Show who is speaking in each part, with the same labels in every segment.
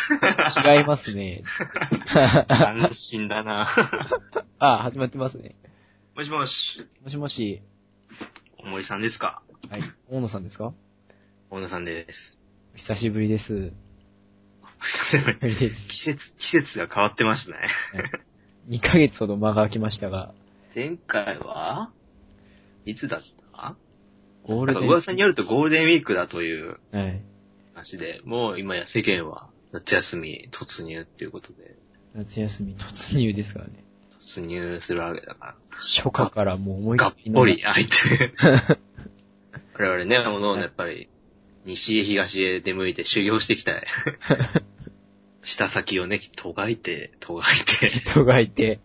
Speaker 1: 違います ね。
Speaker 2: 安心だな
Speaker 1: あ、始まってますね。
Speaker 2: もしもし、
Speaker 1: もしもし、
Speaker 2: おもりさんですか
Speaker 1: はい、大野さんですか
Speaker 2: 大野さんです。
Speaker 1: お久しぶりです。 です。
Speaker 2: 季節、季節が変わってましたね。
Speaker 1: 2ヶ月ほど間が空きましたが、
Speaker 2: 前回はいつだった
Speaker 1: ゴール
Speaker 2: なんか
Speaker 1: デン。
Speaker 2: 噂によるとゴールデンウィークだという
Speaker 1: はい。
Speaker 2: 話で、もう今や世間は夏休み突入っていうことで、
Speaker 1: 夏休み突入ですからね。
Speaker 2: 突入するわけだから。
Speaker 1: 初夏からもう思い
Speaker 2: がっ
Speaker 1: り
Speaker 2: ぽり開いて。 我々ね、ものやっぱり、西へ東へ出向いて修行してき たい。下先をね、とがいて、とがいて、
Speaker 1: 人がいて、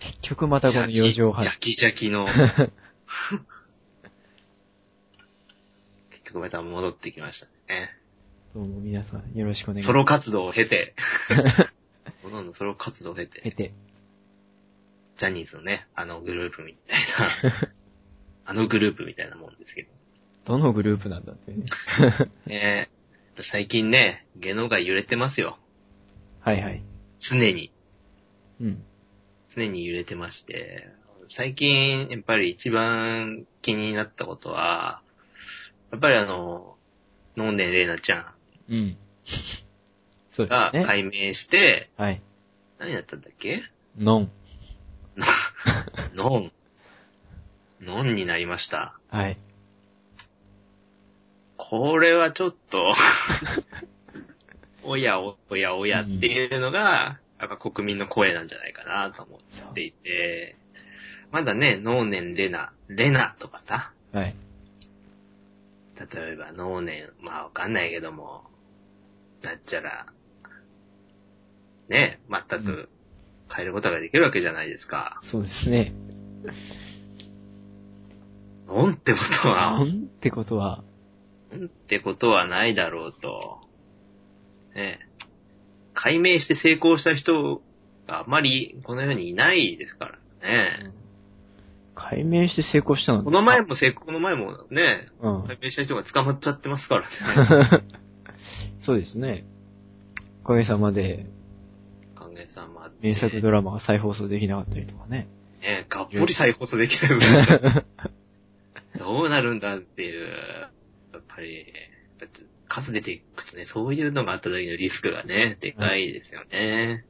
Speaker 1: 結局またこの
Speaker 2: ジ
Speaker 1: 4
Speaker 2: ャキジ
Speaker 1: 畳半。
Speaker 2: ャキジャキの、結局また戻ってきましたね。
Speaker 1: どうも皆さんよろしくお願いし
Speaker 2: ソ
Speaker 1: ま
Speaker 2: ロ活動を経 て、おのおのソロ活動を経
Speaker 1: す。経
Speaker 2: て、
Speaker 1: て、
Speaker 2: ジャニーズのね、あのグループみたい な、あのグループみたいなもんですけど。
Speaker 1: どのグループなんだっていうね。
Speaker 2: ねえ最近ね、芸能界揺れてますよ。
Speaker 1: はいはい。
Speaker 2: 常に。
Speaker 1: うん。
Speaker 2: 常に揺れてまして、最近、やっぱり一番気になったことは、やっぱりあの、ノンデンレイナちゃ
Speaker 1: うん。そうんで
Speaker 2: が
Speaker 1: すね。
Speaker 2: 解明して、
Speaker 1: はい。
Speaker 2: 何やったんだっけ
Speaker 1: ノン。
Speaker 2: ノン。ノンになりました。
Speaker 1: はい。
Speaker 2: これはちょっと、おやおやおやっていうのが、やっぱ国民の声なんじゃないかなと思っていて、まだね、ノーネンレナ、レナとかさ、
Speaker 1: はい。
Speaker 2: 例えば、能年、まあわかんないけども、なっちゃら、ね、全く変えることができるわけじゃないですか。
Speaker 1: そうですね。
Speaker 2: のんってことは、
Speaker 1: な
Speaker 2: の
Speaker 1: んてことは、
Speaker 2: んってことはないだろうと。ね、解明して成功した人があまりこの世にいないですからね。
Speaker 1: 解明して成功したの
Speaker 2: この前も成功、この前もね、
Speaker 1: うん。
Speaker 2: 解明した人が捕まっちゃってますからね。
Speaker 1: そうですね。おかげさまで、
Speaker 2: おかげさまで。
Speaker 1: 名作ドラマが再放送できなかったりとかね。
Speaker 2: ね、がっぽり再放送できない ぐらいだったどうなるんだっていう、やっぱり、やっぱ数出ていくとね、そういうのがあった時のリスクがね、でかいですよね。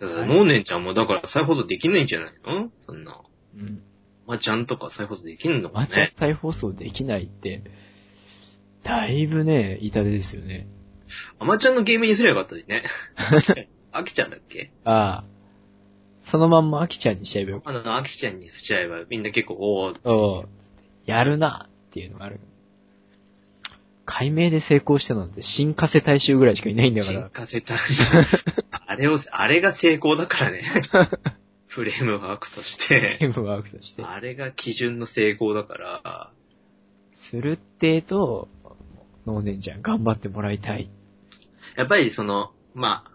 Speaker 2: だから、
Speaker 1: はい
Speaker 2: モーネンちゃんもだから再放送できないんじゃないのそんな。
Speaker 1: うん。
Speaker 2: まあ、ちゃんとか再放送できんのか
Speaker 1: マジで
Speaker 2: ね。
Speaker 1: 再放送できないって、だいぶね、痛手ですよね。
Speaker 2: アマちゃんのゲームにすればよかったりね。 アキちゃんだっけ
Speaker 1: ああ。そのまんまアキちゃんにしちゃえばよかっ
Speaker 2: あの、アキちゃんにしちゃえばみんな結構、おー
Speaker 1: た。おうやるなっていうのがある。解明で成功したなんて、新加瀬大衆ぐらいしかいないんだか
Speaker 2: 進
Speaker 1: ら。
Speaker 2: 化せたり、 あれを、あれが成功だからね。フレームワークとして。
Speaker 1: ゲームワークとして。
Speaker 2: あれが基準の成功だから、
Speaker 1: するってえと、ノーネンちゃん頑張ってもらいたい。
Speaker 2: やっぱりその、まあ、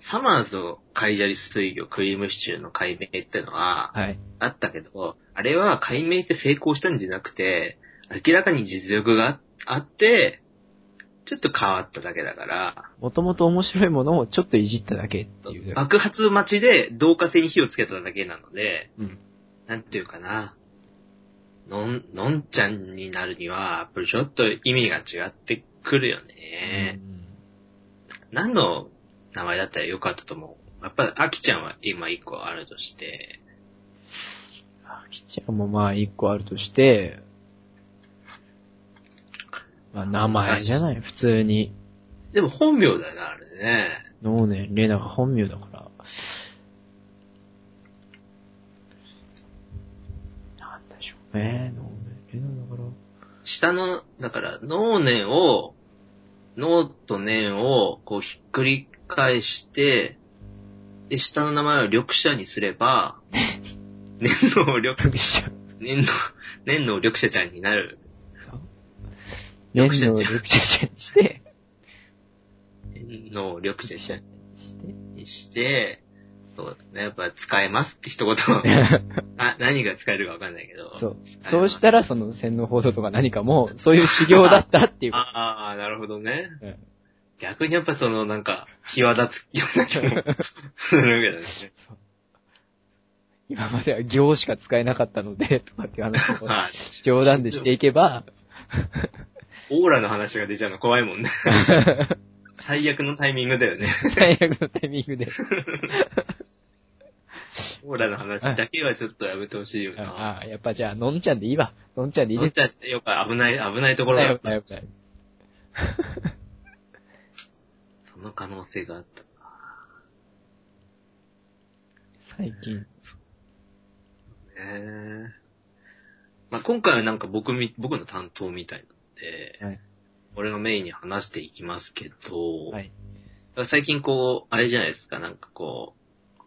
Speaker 2: サマーズのカイジャリ水魚クリームシチューの解明ってのは
Speaker 1: はい。
Speaker 2: あったけど、あれは解明して成功したんじゃなくて、明らかに実力がああって、ちょっと変わっただけだから、
Speaker 1: もともと面白いものをちょっといじっただけっていう。
Speaker 2: 爆発待ちで同化性に火をつけただけなので、
Speaker 1: うん。
Speaker 2: なんていうかな、のん、のんちゃんになるには、やっぱりちょっと意味が違ってくるよね。
Speaker 1: うん
Speaker 2: 何の名前だったらよかったと思うやっぱり、アキちゃんは今一個あるとして、
Speaker 1: あきちゃんもまあ一個あるとして、まあ名前じゃない、普通に。
Speaker 2: でも本名だな、あれね。
Speaker 1: ノーネン、レナが本名だから。なんでしょうね、ノーネン、レナだから。
Speaker 2: 下の、だから、脳年を、脳と年を、こう、ひっくり返して、で、下の名前を緑者にす れば、年の緑、
Speaker 1: プリシャ
Speaker 2: 年の、年の緑者ちゃんになる。
Speaker 1: さん。レ
Speaker 2: よ
Speaker 1: ン
Speaker 2: くし
Speaker 1: の
Speaker 2: てん
Speaker 1: ル
Speaker 2: じゃん
Speaker 1: クシャちゃんにして、
Speaker 2: 年の緑者ちゃん
Speaker 1: して、
Speaker 2: にして、そうだね、やっぱ使えますって一言。あ、何が使えるかわかんないけ ど。
Speaker 1: そう。そうしたら、その洗脳放送とか何かも、そういう修行だったっていうこ
Speaker 2: ああ、なるほどね。
Speaker 1: うん
Speaker 2: 逆にやっぱその、なんか、際立つような気もするわけだね。
Speaker 1: そう今までは行しか使えなかったので、とかっていう話 を
Speaker 2: はい。
Speaker 1: 冗談でしていけ ば、
Speaker 2: オーラの話が出ちゃうの怖いもんね。最悪のタイミングだよね。
Speaker 1: 最悪のタイミングで。
Speaker 2: オーラの話だけはちょっとやめてほしいよな。
Speaker 1: ああ、やっぱじゃあ、のんちゃんでいいわ。のんちゃんでいい
Speaker 2: 乗
Speaker 1: で
Speaker 2: っ
Speaker 1: す。
Speaker 2: ちゃって、よく危ない、危ないところ
Speaker 1: 危な
Speaker 2: が
Speaker 1: い、危ない危ない
Speaker 2: その可能性があった。
Speaker 1: 最近。
Speaker 2: ねまあ、今回はなんか僕み、僕の担当みたいなので、
Speaker 1: はい
Speaker 2: 俺がメインに話していきますけど、
Speaker 1: はい。
Speaker 2: 最近こう、あれじゃないですか、なんかこう、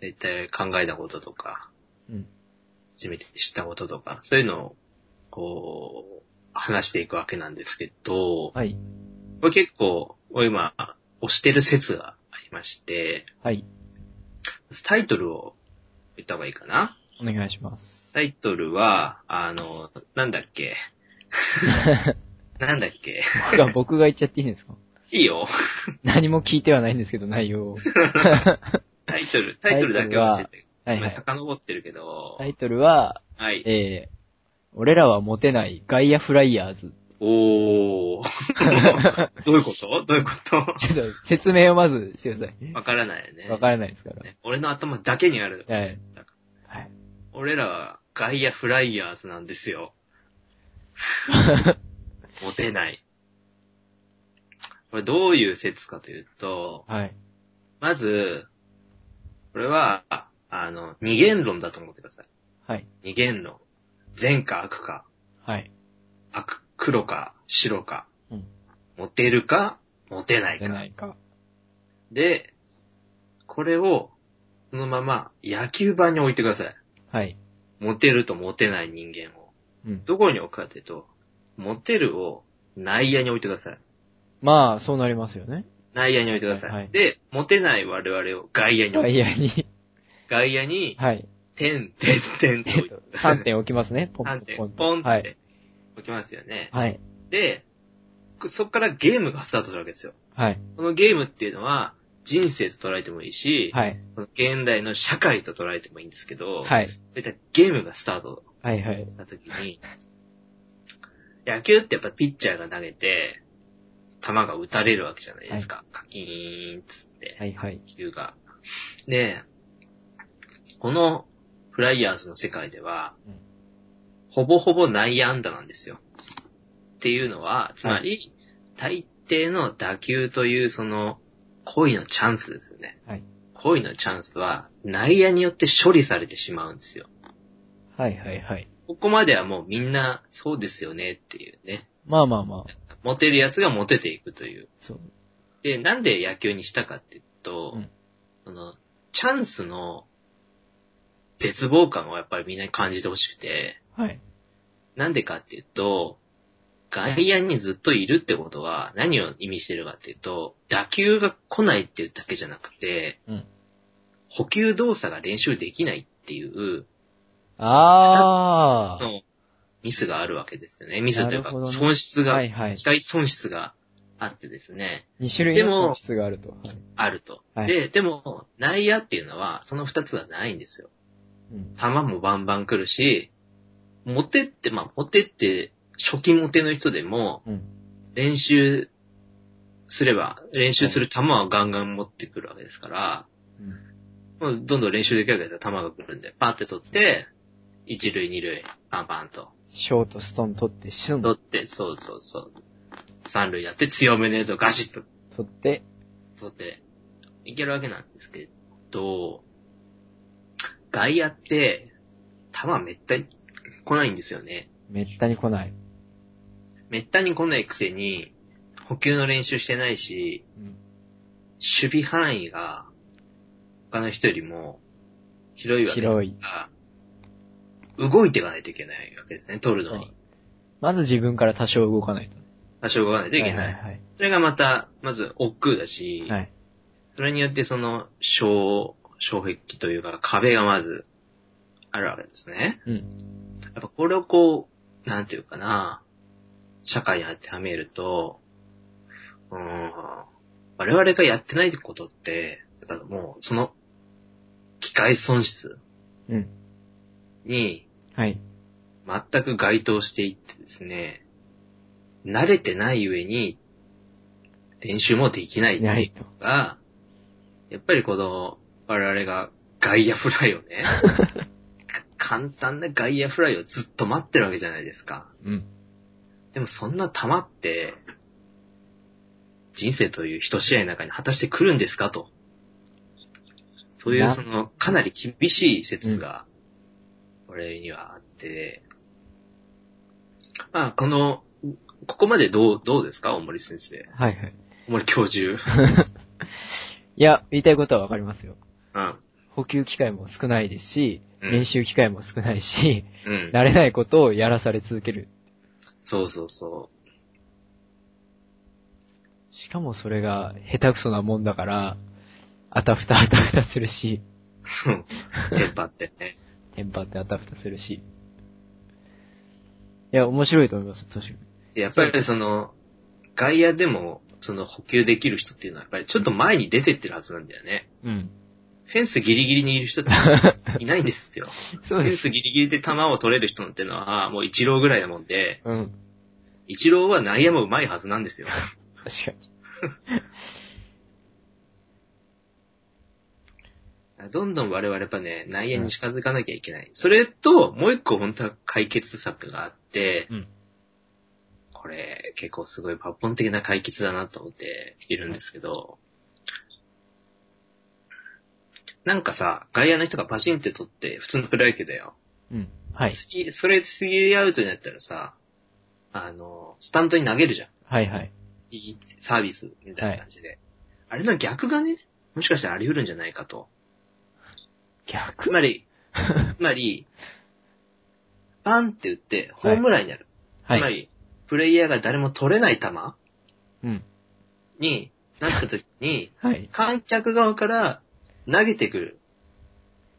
Speaker 2: 絶対考えたこととか、
Speaker 1: うん。
Speaker 2: 初めて知ったこととか、そういうのを、こう、話していくわけなんですけど、
Speaker 1: はい。
Speaker 2: これ結構、俺今、推してる説がありまして、
Speaker 1: はい。
Speaker 2: タイトルを言った方がいいかな
Speaker 1: お願いします。
Speaker 2: タイトルは、あの、なんだっけ。なんだっけ。
Speaker 1: 僕が、僕が言っちゃっていいんですか
Speaker 2: いいよ。
Speaker 1: 何も聞いてはないんですけど、内容を。
Speaker 2: タイトル、タイトルだけ教えて。
Speaker 1: はいは
Speaker 2: 今
Speaker 1: い。
Speaker 2: 遡ってるけど。
Speaker 1: タイトルは、
Speaker 2: はい。
Speaker 1: えー、俺らはモテないガイアフライヤーズ。
Speaker 2: おー。どういうことどういうこ
Speaker 1: ちょっと説明をまずしてくださ
Speaker 2: とわからないよね。
Speaker 1: い。わからないですから。
Speaker 2: ね俺の頭だけにある。
Speaker 1: はい。はい。
Speaker 2: 俺らはガイアフライヤーズなんですよ。 モテない。これどういう説かというと、
Speaker 1: はい。
Speaker 2: まず、これは、あの、二元論だと思ってください。
Speaker 1: はい。
Speaker 2: 二元論。善か悪か、
Speaker 1: はい。
Speaker 2: 悪、黒か白か、
Speaker 1: うん
Speaker 2: モテるか、モテない
Speaker 1: 出
Speaker 2: か。
Speaker 1: ないか。
Speaker 2: で、これを、そのまま野球盤に置いてください。
Speaker 1: はい。
Speaker 2: モテるとモテない人間を。
Speaker 1: うん。
Speaker 2: どこに置くかというと、モテるを内野に置いてください。
Speaker 1: まあ、そうなりますよね。
Speaker 2: 内野に置いてください。
Speaker 1: はい
Speaker 2: で、モテない我々を外野に
Speaker 1: ガ
Speaker 2: 置く。
Speaker 1: イアに。
Speaker 2: 外野に、
Speaker 1: はい。
Speaker 2: 点、点、点と
Speaker 1: えっ
Speaker 2: 置いて
Speaker 1: と、3点置きますね。ポンポ
Speaker 2: 3
Speaker 1: ン
Speaker 2: 点、
Speaker 1: ポ
Speaker 2: ポ
Speaker 1: ン
Speaker 2: ン
Speaker 1: と
Speaker 2: っ
Speaker 1: はい。
Speaker 2: て置きますよね。
Speaker 1: はい。
Speaker 2: で、そこからゲームがスタートするわけですよ。
Speaker 1: はい。
Speaker 2: このゲームっていうのは、人生と捉えてもいいし、
Speaker 1: はい。
Speaker 2: この現代の社会と捉えてもいいんですけど、
Speaker 1: はい。
Speaker 2: そういったゲームがスタート
Speaker 1: はい。はい。
Speaker 2: した時に、野球ってやっぱピッチャーが投げて、球が打たれるわけじゃないですか。カキーンっつって、
Speaker 1: はい。はい。
Speaker 2: 球が。で、このフライヤーズの世界では
Speaker 1: うん、
Speaker 2: ほぼほぼ内野安打なんですよ。っていうのは、つまり、大抵の打球というその、恋のチャンスですよね。
Speaker 1: はい
Speaker 2: 恋のチャンスは、内野によって処理されてしまうんですよ。
Speaker 1: はい。はい。はい。
Speaker 2: ここまではもうみんな、そうですよねっていうね。
Speaker 1: まあまあまあ。
Speaker 2: モテるやつがモテていくという。
Speaker 1: そう。
Speaker 2: で、なんで野球にしたかっていうと、
Speaker 1: うん
Speaker 2: その、チャンスの絶望感をやっぱりみんなに感じてほしくて、
Speaker 1: はい。
Speaker 2: なんでかっていうと、外野にずっといるってことは何を意味してるかっていうと、打球が来ないっていうだけじゃなくて、
Speaker 1: うん
Speaker 2: 補給動作が練習できないっていう
Speaker 1: あ
Speaker 2: のミスがあるわけですよね。ミスという
Speaker 1: な
Speaker 2: か
Speaker 1: るほど、ね
Speaker 2: 損失
Speaker 1: あ。
Speaker 2: が、
Speaker 1: はい。はい
Speaker 2: 機。械損失があってですね、
Speaker 1: 2種類の損失があると。
Speaker 2: あると。
Speaker 1: はい
Speaker 2: で、でも、内野っていうのは、その二つはないんですよ。
Speaker 1: うん。
Speaker 2: 球もバンバン来るし、モテって、まあ、モテって、初期モテの人でも、
Speaker 1: うん。
Speaker 2: 練習すれば、練習する球はガンガン持ってくるわけですから、
Speaker 1: うん
Speaker 2: もうどんどん練習できるわけですよ。球が来るんで、パーって取って、一塁二塁、パンパンと。
Speaker 1: ショート、ストーン取って、シュン
Speaker 2: 取って、そうそうそう。三塁やって強めのやつをガシッと
Speaker 1: 取って、
Speaker 2: そうって、いけるわけなんですけど、外野って、球めったに来ないんですよね。
Speaker 1: めったに来ない。
Speaker 2: めったに来ないくせに、補給の練習してないし、
Speaker 1: うん。
Speaker 2: 守備範囲が、他の人よりも、広いわけだか
Speaker 1: 広い。
Speaker 2: ら、動いていかないといけないわけですね、取るのに。
Speaker 1: まず自分から多少動かないと。
Speaker 2: 多少動かないといけない。
Speaker 1: はいはい
Speaker 2: それがまた、まず、億劫だし、
Speaker 1: はい。はい。
Speaker 2: それによってその、障、障壁というか壁がまず、あるわけですね。
Speaker 1: うん。
Speaker 2: やっぱこれをこう、なんていうかな、社会に当てはめると、うん我々がやってないことって、だからもう、その、機械損失
Speaker 1: うん。
Speaker 2: に
Speaker 1: はい。
Speaker 2: 全く該当していってですね、慣れてない上に、練習もできないって
Speaker 1: ない
Speaker 2: い
Speaker 1: と。
Speaker 2: うのが、やっぱりこの、我々が外野フライを ね、簡単な外野フライをずっと待ってるわけじゃないですか。
Speaker 1: うん。
Speaker 2: でもそんな球って、人生という一試合の中に果たして来るんですかと。そういう
Speaker 1: な
Speaker 2: その、かなり厳しい説が、俺にはあって、まあ、この、ここまでどう、どうですか大森先生。
Speaker 1: はいはい。
Speaker 2: 大森 教授。
Speaker 1: いや、言いたいことはわかりますよ。
Speaker 2: うん。
Speaker 1: 補給機会も少ないですし、
Speaker 2: うん
Speaker 1: 練習機会も少ないし、
Speaker 2: うん。
Speaker 1: 慣れないことをやらされ続ける。
Speaker 2: そうそうそ
Speaker 1: しかもそれが下手くそなもんだから、あたふたあたふたするし、
Speaker 2: う。うんテンパってね。
Speaker 1: テンパってあたふたするし。いや、面白いと思います、確かに。
Speaker 2: でやっぱりその、外野でも、その補給できる人っていうのはやっぱりちょっと前に出てってるはずなんだよね。
Speaker 1: うん。
Speaker 2: フェンスギリギリにいる人っていないんですよ。
Speaker 1: そ
Speaker 2: フ
Speaker 1: う
Speaker 2: ェ
Speaker 1: で
Speaker 2: ン
Speaker 1: す。
Speaker 2: スギリギリで球を取れる人なんてのは、もう一郎ぐらいなもんで、
Speaker 1: うん。
Speaker 2: 一郎は内野も上手いはずなんですよ。
Speaker 1: 確かに。
Speaker 2: どんどん我々やっぱね、内野に近づかなきゃいけない。それと、もう一個本当は解決策があって、
Speaker 1: うん
Speaker 2: これ結構すごい抜本的な解決だなと思っているんですけど、なんかさ、外野の人がパシンって取って、普通のプロ野球だよ。
Speaker 1: うん。はい。
Speaker 2: 次それスリーアウトになったらさ、あの、スタンドに投げるじゃん。
Speaker 1: はいはい。
Speaker 2: いいサービスみたいな感じで。あれの逆がね、もしかしたらあり得るんじゃないかと。つ
Speaker 1: 逆
Speaker 2: まり、つまり、バンって打ってホームランになる。
Speaker 1: は
Speaker 2: つま
Speaker 1: い。
Speaker 2: り、プレイヤーが誰も取れない球
Speaker 1: うん。
Speaker 2: になった時に、
Speaker 1: はい。
Speaker 2: 観客側から投げてくる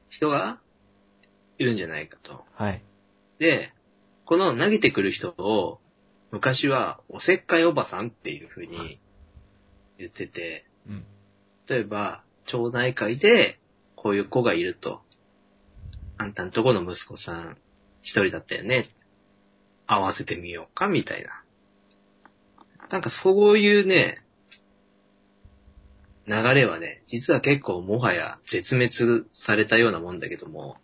Speaker 2: 人がいるんじゃないかと。
Speaker 1: はい。
Speaker 2: で、この投げてくる人を、昔はおせっかいおばさんっていう風に言ってて、
Speaker 1: うん。
Speaker 2: 例えば、町内会でこういう子がいると。あんたんとこの息子さん、一人だったよね。合わせてみようか、みたいな。なんかそういうね、流れはね、実は結構もはや絶滅されたようなもんだけども、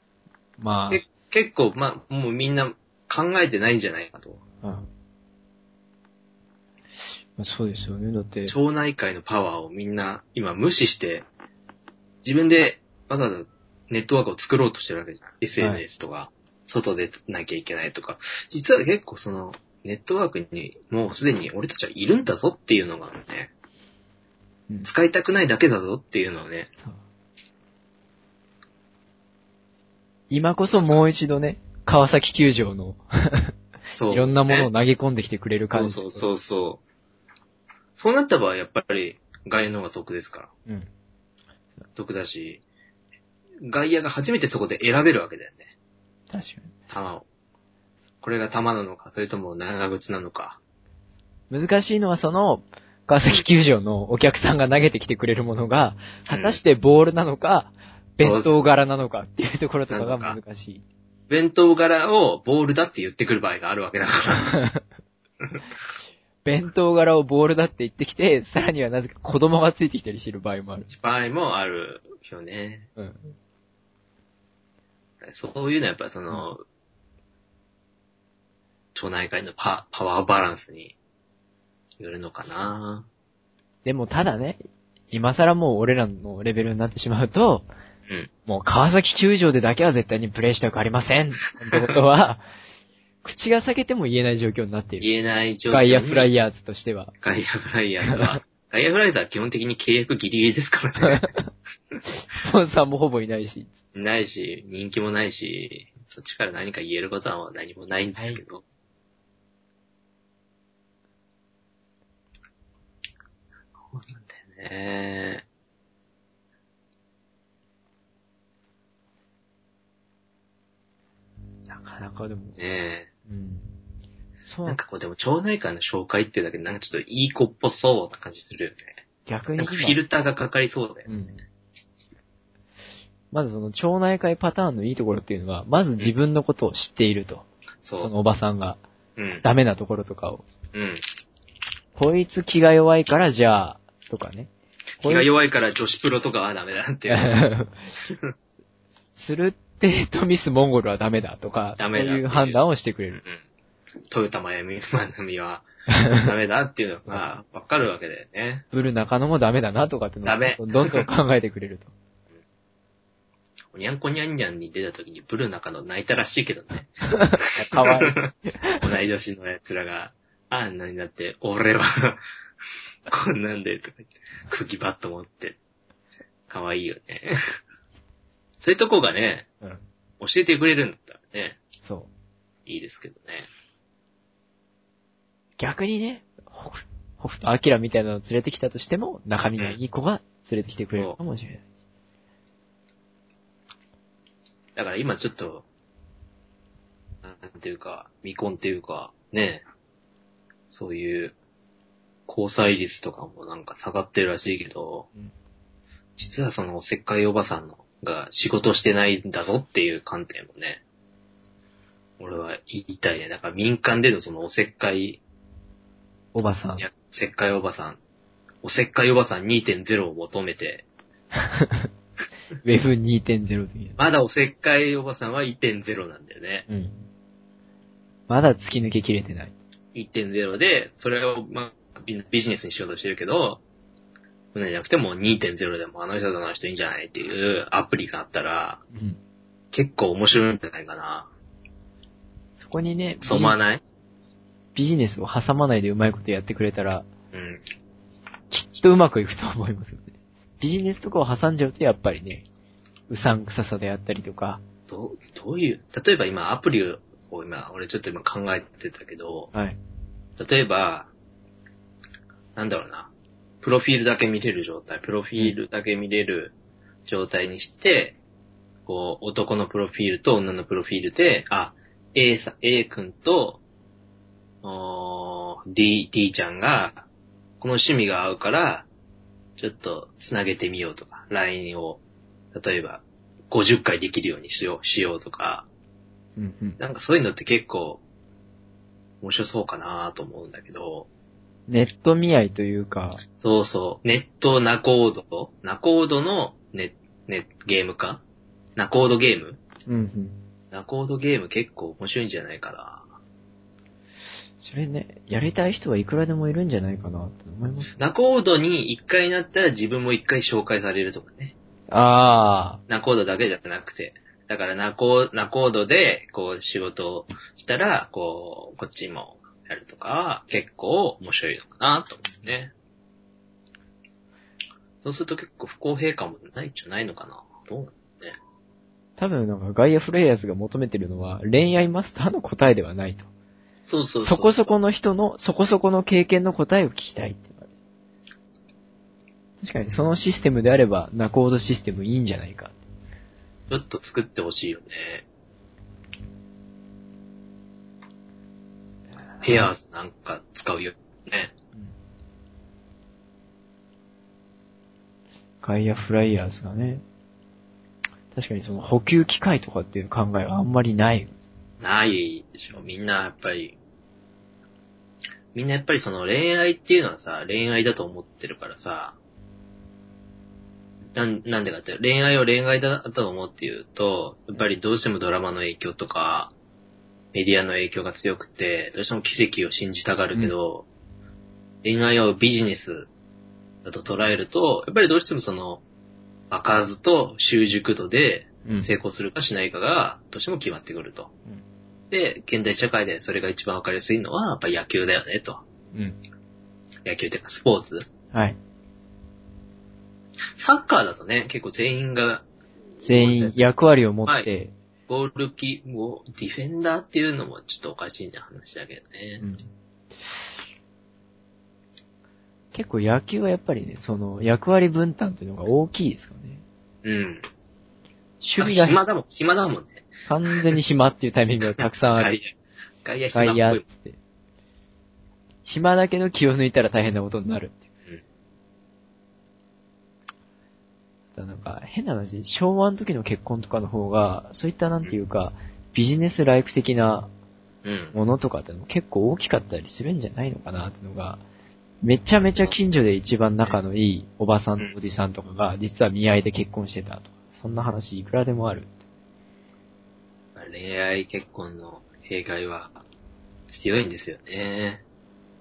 Speaker 1: ま
Speaker 2: け結構、まあ、もうみんな考えてないんじゃないかと。
Speaker 1: あ、うん。まあそうですよね。だって、
Speaker 2: 町内会のパワーをみんな今無視して、自分でわざわざネットワークを作ろうとしてるわけじゃない。SNS とか、外でなきゃいけないとか。実は結構その、ネットワークにもうすでに俺たちはいるんだぞっていうのがね、
Speaker 1: うん
Speaker 2: 使いたくないだけだぞっていうのをね、
Speaker 1: 今こそもう一度ね、川崎球場の
Speaker 2: そう。
Speaker 1: いろんなものを投げ込んできてくれる感じ。
Speaker 2: そうそうそうそう。そうなった場合やっぱり外野の方が得ですから。
Speaker 1: う。うん。
Speaker 2: 得だし、外野が初めてそこで選べるわけだよね。
Speaker 1: 確か
Speaker 2: 球を。これが球なのか、それとも長靴なのか。
Speaker 1: に。難しいのはその、川崎球場のお客さんが投げてきてくれるものが、果たしてボールなのか、弁当柄なのかっていうところとかが難しい。
Speaker 2: 弁当柄をボールだって言ってくる場合があるわけだから。
Speaker 1: 弁当柄をボールだって言ってきて、 さらにはなぜか子供がついてきたりする場合もある。
Speaker 2: 場合もあるよね。
Speaker 1: うん。
Speaker 2: そういうのはやっぱりその、町内会のパパワーバランスによるのかな
Speaker 1: でもただね、今更もう俺らのレベルになってしまうと、
Speaker 2: うん
Speaker 1: もう川崎球場でだけは絶対にプレイしたくありませんってことは、 口が裂けても言えない状況になっている。
Speaker 2: 言えない状況に。
Speaker 1: ガイアフラ
Speaker 2: ヤー。
Speaker 1: イヤーズとしては。
Speaker 2: ガイアフライヤーズは。ガイアフライヤーズは基本的に契約ギリギリですからね。
Speaker 1: スポンサーもほぼいないし。
Speaker 2: ないし、人気もないし、そっちから何か言えることは何もないんですけど。そうなんだよね。
Speaker 1: なかなかでも。
Speaker 2: ねえ。
Speaker 1: うん。そう
Speaker 2: なんかこう、でも町内会の紹介っていうだけで、なんかちょっといい子っぽそうな感じするよね。
Speaker 1: 逆に
Speaker 2: なん
Speaker 1: 今
Speaker 2: かフィルターがかかりそうだよ
Speaker 1: う
Speaker 2: ね。
Speaker 1: ん。まずその町内会パターンのいいところっていうのは、まず自分のことを知っていると。
Speaker 2: そ。
Speaker 1: そうのおばさんが
Speaker 2: うん。
Speaker 1: ダメなところとかを。
Speaker 2: うん。
Speaker 1: こいつ気が弱いからじゃあ、とかね。
Speaker 2: 気が
Speaker 1: い
Speaker 2: 弱いから女子プロとかはダメだっていう。
Speaker 1: するってとミスモンゴルはダメだとか、
Speaker 2: ダメだって
Speaker 1: そう
Speaker 2: いう
Speaker 1: いう判断をしてくれる。
Speaker 2: うん。トヨタマヤミ、マナミはダメだっていうの がわかるわけだよね。
Speaker 1: ブル中野もダメだなとかってのを
Speaker 2: ダメ
Speaker 1: どんどんどん考えてくれる と。
Speaker 2: おにゃんこにゃんにゃんに出た時にブル中の泣いたらしいけどね。
Speaker 1: かわいい。
Speaker 2: 同い年の奴らが、あんなになって、俺は、 こんなんで、とか言って、空気バッと持って。かわいいよね。そういうとこがね、
Speaker 1: うん
Speaker 2: 教えてくれるんだったらね、
Speaker 1: そう。
Speaker 2: いいですけどね。
Speaker 1: 逆にね、ほ北斗晶みたいなのを連れてきたとしても、中身のいい子が連れてきてくれるかもしれない。
Speaker 2: だから今ちょっと、なんていうか、未婚っていうか、ね、そういう、交際率とかもなんか下がってるらしいけど、
Speaker 1: うん
Speaker 2: 実はそのおせっかいおばさんのが仕事してないんだぞっていう観点もね、俺は言いたいね。だから民間でのそのおせっかい、
Speaker 1: おばさん
Speaker 2: い。や、おせっかいおばさん、おせっかいおばさん2.0を求めて、
Speaker 1: ウェブ2.0的な。
Speaker 2: まだおせっかいおばさんは1.0なんだよね。
Speaker 1: うん。まだ突き抜けきれてない。
Speaker 2: 1.0で、それを、まあ、ビビジネスにしようとしてるけど、そんなんじゃなくてもう2.0でもあの人とあの人いいんじゃないっていうアプリがあったら、
Speaker 1: うん。
Speaker 2: 結構面白いんじゃないかな。
Speaker 1: そこにね、ビジ
Speaker 2: そう思わない
Speaker 1: ビジネスを挟まないでうまいことやってくれたら、
Speaker 2: うん。
Speaker 1: きっとうまくいくと思いますよね。ビジネスとかを挟んじゃうとやっぱりね、うさんくささであったりとか、
Speaker 2: どう、どういう、例えば今アプリを今、俺ちょっと今考えてたけど、
Speaker 1: はい。
Speaker 2: 例えば、なんだろうな、プロフィールだけ見れる状態、プロフィールだけ見れる状態にして、こう、男のプロフィールと女のプロフィールで、あ、A さ、A 君と、おー D、D ちゃんが、この趣味が合うから、ちょっと繋げてみようとか、LINE を、例えば、50回できるようにしよう、しようとか、
Speaker 1: うんうん。
Speaker 2: なんかそういうのって結構、面白そうかなと思うんだけど、
Speaker 1: ネット見合いというか、
Speaker 2: そうそう、ネットナコード、ナコードのネ、ネ、ゲームかナコードゲーム
Speaker 1: うんうん。
Speaker 2: ナコードゲーム結構面白いんじゃないかな。
Speaker 1: それね、やりたい人はいくらでもいるんじゃないかなって思います。
Speaker 2: ナコードに一回なったら自分も一回紹介されるとかね。
Speaker 1: あ
Speaker 2: ナコードだけじゃなくて。だからナコ、ナコードで、こう仕事をしたら、こう、こっちもやるとか、結構面白いのかなと思うね。そうすると結構不公平感もないんじゃないのかなどうな
Speaker 1: ー、
Speaker 2: の
Speaker 1: 多分なんかガイアフレイヤーズが求めてるのは恋愛マスターの答えではないと。
Speaker 2: そうそう
Speaker 1: そこそこの人の、そこそこの経験の答えを聞きたいって言われる。確かに、そのシステムであれば、ナコードシステムいいんじゃないか。
Speaker 2: ちょっと作ってほしいよね。ヘアーズなんか使うよね。
Speaker 1: ガイアフライヤーズがね。確かにその補給機械とかっていう考えはあんまりない。
Speaker 2: ないでしょ。みんなやっぱり、みんなやっぱりその恋愛っていうのはさ、恋愛だと思ってるからさ、なん、なんでかって、恋愛を恋愛だと思って言うと、やっぱりどうしてもドラマの影響とか、メディアの影響が強くて、どうしても奇跡を信じたがるけど、恋愛をビジネスだと捉えると、やっぱりどうしてもその、開かずと習熟度で、
Speaker 1: う
Speaker 2: 成功するかしないかが、どうしても決まってくると。
Speaker 1: うん
Speaker 2: で、現代社会でそれが一番わかりやすいのは、やっぱり野球だよね、と。
Speaker 1: うん。
Speaker 2: 野球というかスポーツ。
Speaker 1: はい。
Speaker 2: サッカーだとね、結構全員が、
Speaker 1: 全員役割を持って、
Speaker 2: はゴールキーをディフェンダーっていうのもちょっとおかしいな話だけどね
Speaker 1: う。ん結構野球はやっぱりね、その役割分担というのが大きいですからね。
Speaker 2: うん。
Speaker 1: 守備
Speaker 2: あ
Speaker 1: が
Speaker 2: 暇だもん、暇だもんね。
Speaker 1: 完全に暇っていうタイミングがたくさんあ
Speaker 2: 外
Speaker 1: る。
Speaker 2: 野、外野
Speaker 1: 外野
Speaker 2: 暇
Speaker 1: っ
Speaker 2: っぽい。
Speaker 1: つって。暇だけど気を抜いたら大変なことになるっていう。あとなんか、変な話、昭和の時の結婚とかの方が、そういったなんていうか、ビジネスライフ的な
Speaker 2: うん。
Speaker 1: ものとかってのも結構大きかったりするんじゃないのかなってのが、めちゃめちゃ近所で一番仲のいいおばさんとおじさんとかが、実は見合いで結婚してたとか、そんな話いくらでもある。
Speaker 2: まあ恋愛結婚の弊害は強いんですよね。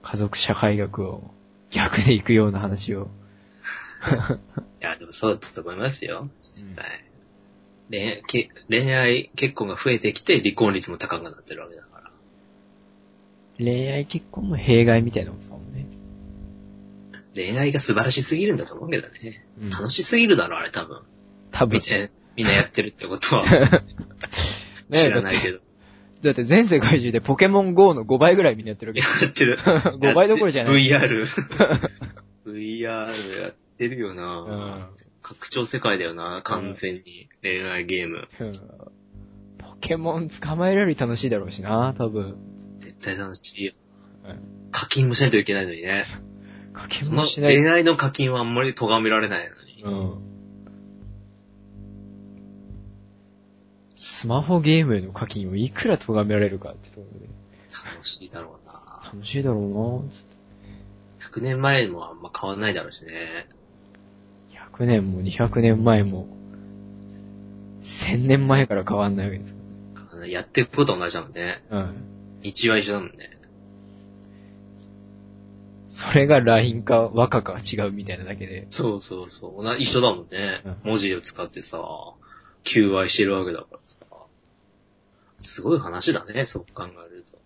Speaker 1: 家族社会学を逆で行くような話を。
Speaker 2: いや、でもそうだと思いますよ。実際。恋愛け恋愛結婚が増えてきて離婚率も高くなってるわけだから。
Speaker 1: 恋愛結婚も弊害みたいなことだもんね。
Speaker 2: 恋愛が素晴らしすぎるんだと思うけどね。
Speaker 1: うん
Speaker 2: 楽しすぎるだろ、あれ多分。
Speaker 1: 多分
Speaker 2: み。んな、みんなやってるってことは
Speaker 1: ね
Speaker 2: 知らな いけど。
Speaker 1: だって全世界中でポケモン GO の5倍ぐらいみんなやってるわけ
Speaker 2: やってる。
Speaker 1: 5倍どころじゃない。
Speaker 2: VR。VR やってるよな、拡張世界だよな完全に。恋愛ゲーム。
Speaker 1: うんポケモン捕まえるより楽しいだろうしな、多分。
Speaker 2: 絶対楽しいよ
Speaker 1: う。
Speaker 2: 課金もしないといけないのにね。
Speaker 1: かけ
Speaker 2: そ
Speaker 1: も
Speaker 2: の
Speaker 1: しない。
Speaker 2: 恋愛の課金はあんまり咎められないのに。
Speaker 1: うん。スマホゲームへの課金をいくら咎められるかってところで。
Speaker 2: 楽しいだろうな
Speaker 1: 楽しいだろうな、つって。
Speaker 2: 100年前もあんま変わんないだろうしね。
Speaker 1: 100年も200年前も、1000年前から変わんないわけですか
Speaker 2: あのやっていくことも同じだもんね。
Speaker 1: ら。うん。
Speaker 2: 一は一緒だもんね。
Speaker 1: それが LINE か和歌か違うみたいなだけで。
Speaker 2: そうそうそう。同じ一緒だもんね
Speaker 1: うん。
Speaker 2: 文字を使ってさ、求愛してるわけだからさ。すごい話だね、そう考えると。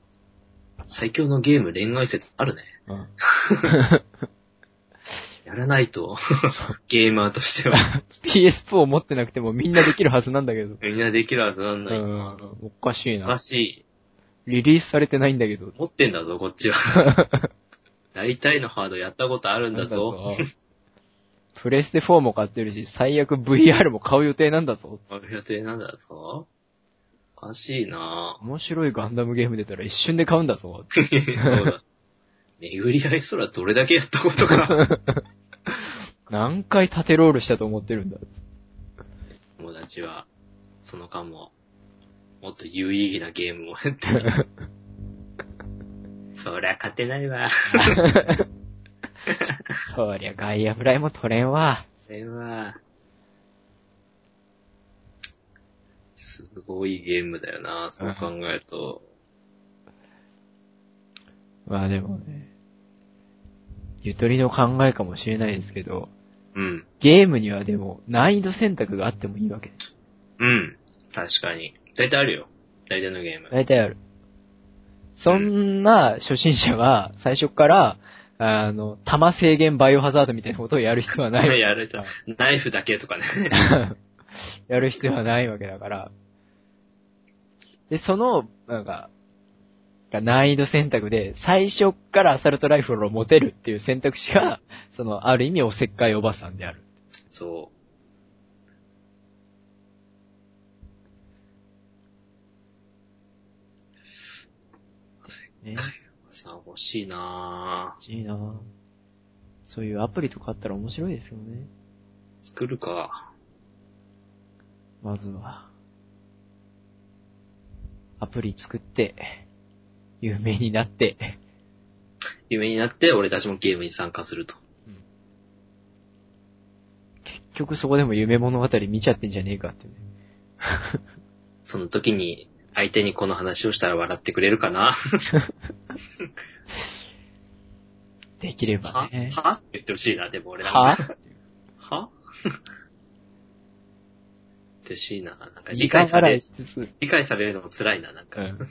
Speaker 2: 最強のゲーム恋愛説あるね。
Speaker 1: うん。
Speaker 2: やらないと、 ゲーマーとしては。
Speaker 1: PS4 持ってなくてもみんなできるはずなんだけど。
Speaker 2: みんなできるはずなん
Speaker 1: う
Speaker 2: ないと。
Speaker 1: ん。おかしい
Speaker 2: お
Speaker 1: な
Speaker 2: か。しい。
Speaker 1: リリースされてないんだけど。
Speaker 2: 持ってんだぞ、こっちは。 大体のハードやったことあるんだぞ。。
Speaker 1: プレステ4も買ってるし、最悪 VR も買う予定なんだぞ。
Speaker 2: ある予定なんだぞ。おかし いな
Speaker 1: 面白いガンダムゲーム出たら一瞬で買うんだ ぞ。
Speaker 2: そうだ巡り合いそらどれだけやったことか。
Speaker 1: 何回縦ロールしたと思ってるんだ。
Speaker 2: 友達は、その間も、もっと有意義なゲームをや ってる。そりゃ勝てないわ。
Speaker 1: そりゃガイアフライも取れんわ。
Speaker 2: それは、すごいゲームだよな、そう考えると。
Speaker 1: まあでもね、ゆとりの考えかもしれないですけど、
Speaker 2: うん。
Speaker 1: ゲームにはでも難易度選択があってもいいわけです。
Speaker 2: うん。確かに。大体あるよ。大体のゲーム。
Speaker 1: 大体ある。そんな初心者が最初から、あの、弾制限バイオハザードみたいなことをやる必要はない。
Speaker 2: やると、ナイフだけとかね。
Speaker 1: やる必要はないわけだから。で、その、なんか、難易度選択で、最初っからアサルトライフルを持てるっていう選択肢 が、その、ある意味おせっかいおばさんである。
Speaker 2: そう。
Speaker 1: ね
Speaker 2: かさあ欲しいなぁ。
Speaker 1: いいなぁそういうアプリとかあったら面白いですよね。
Speaker 2: 作るか。
Speaker 1: まずは。アプリ作って、有名になって、
Speaker 2: 夢になって、俺たちもゲームに参加すると。
Speaker 1: 結局そこでも夢物語見ちゃってんじゃねえかってね。
Speaker 2: その時に、相手にこの話をしたら笑ってくれるかな。
Speaker 1: できれば
Speaker 2: は
Speaker 1: ね。
Speaker 2: はって言ってほしいな、でも俺らも
Speaker 1: は
Speaker 2: はってほしいな。なんか理
Speaker 1: 苦
Speaker 2: 解さ
Speaker 1: 笑
Speaker 2: れ
Speaker 1: い、しつつ、
Speaker 2: 理解されるのも辛いな、なんか。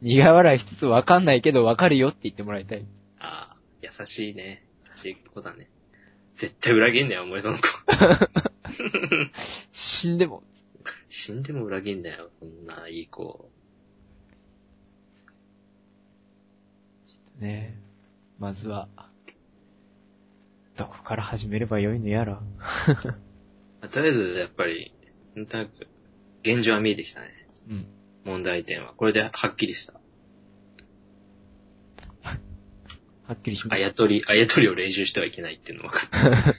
Speaker 1: 苦笑いしつつ分かんないけど分かるよって言ってもらいたい。
Speaker 2: ああ、優しいね。優しい子だね。絶対裏切んなよ、お前その子。
Speaker 1: 死んでも。
Speaker 2: 死んでも裏切んなよ、そんないい子。
Speaker 1: ねまずは、どこから始めればよいのやら。
Speaker 2: まあとりあえず、やっぱり、なんとなく、現状は見えてきたね。
Speaker 1: うん。
Speaker 2: 問題点は。これではっきりした。
Speaker 1: はっきりしま
Speaker 2: あ
Speaker 1: し
Speaker 2: やとり、あやとりを練習してはいけないっていうのは分かった。
Speaker 1: た。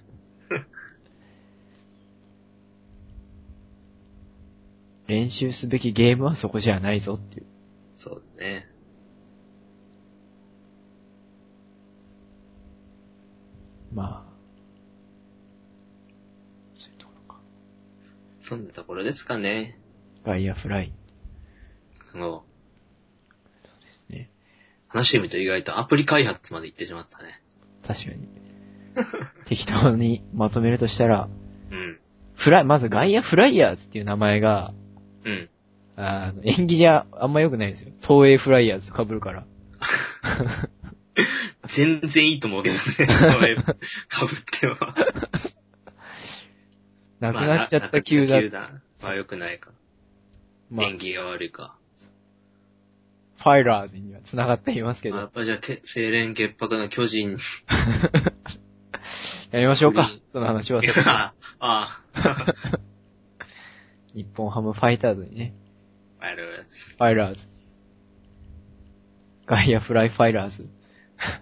Speaker 1: 練習すべきゲームはそこじゃないぞっていう。
Speaker 2: そうだね。
Speaker 1: まあ。そういうところか。
Speaker 2: そんなところですかね。
Speaker 1: ガイアフライ。
Speaker 2: あの、
Speaker 1: ね。
Speaker 2: 話してみると意外とアプリ開発まで行ってしまったね。
Speaker 1: 確かに。 適当にまとめるとしたら、
Speaker 2: うん。
Speaker 1: フライ、まずガイアフライヤーズっていう名前が、
Speaker 2: うん。
Speaker 1: あの、演技じゃあんま良くないんですよ。東映フライヤーズと被る から。
Speaker 2: 全然いいと思うけ どね。名前かぶっては。
Speaker 1: なくなっちゃった球
Speaker 2: ま
Speaker 1: 団
Speaker 2: あななくなっ。た球団。まあ良くないか。
Speaker 1: まあ、
Speaker 2: 演技が悪いか。
Speaker 1: ファイラーズには繋がっていますけ
Speaker 2: まあや
Speaker 1: ど。
Speaker 2: っぱじゃあ、け清廉潔白な巨人。
Speaker 1: やりましょうか
Speaker 2: うん。
Speaker 1: その話は。
Speaker 2: ああ。
Speaker 1: 日本ハムファイターズにね。
Speaker 2: あれは、
Speaker 1: ファイラーズ。ガイアフライファイラーズ。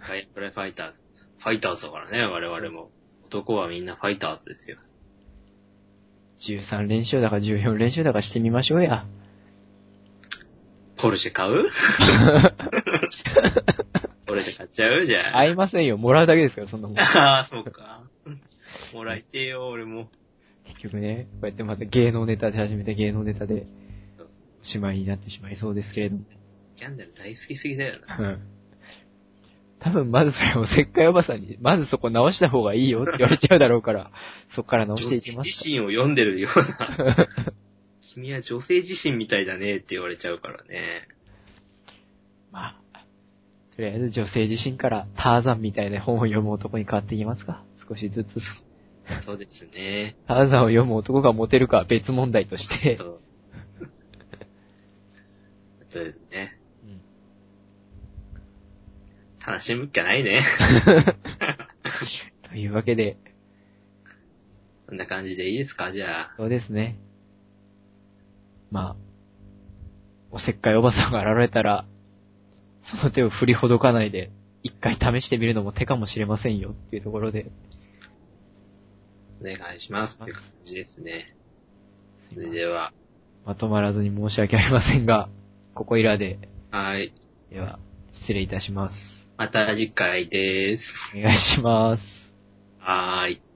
Speaker 2: ガイプレファイターズ。ファイターズだからね、我々も。男はみんなファイターズですよ。
Speaker 1: 13連勝だか14連勝だかしてみましょうや。
Speaker 2: ポルシェ買 うポルシェ買っちゃうじゃあ。
Speaker 1: 合いませんよ。もらうだけですから、そん なもん。
Speaker 2: ああ、そうか。もらいてえよ、俺も。
Speaker 1: 結局ね、こうやってまた芸能ネタで始めて芸能ネタで、おしまいになってしまいそうですけれども。
Speaker 2: キャンダル大好きすぎだよな。
Speaker 1: うん。多分まずそれおせっかいおばさんに、まずそこ直した方がいいよ って言われちゃうだろうから、そこから直
Speaker 2: 女
Speaker 1: して
Speaker 2: 性
Speaker 1: いき
Speaker 2: 自
Speaker 1: ます。
Speaker 2: 身を読んでるような。 君は女性自身みたいだねって言われちゃうからね。
Speaker 1: まあ、とりあえず女性自身からターザンみたいな本を読む男に変わっていきますか。少しずつ。
Speaker 2: そうですね。
Speaker 1: ターザンを読む男がモテるかは別問題として
Speaker 2: そ。う。そうですね。
Speaker 1: うん
Speaker 2: 楽しむっきゃないね。
Speaker 1: というわけで、
Speaker 2: こんな感じでいいですかじゃあ。
Speaker 1: そうですね。まあ、おせっかいおばさんが現れたら、その手を振りほどかないで、一回試してみるのも手かもしれませんよっていうところで。
Speaker 2: お願いします。っていう感じですね。それでは、
Speaker 1: まとまらずに申し訳ありませんが、ここいらで、
Speaker 2: はい。
Speaker 1: では、失礼いたします。
Speaker 2: また次回です。
Speaker 1: お願いします。
Speaker 2: はーい。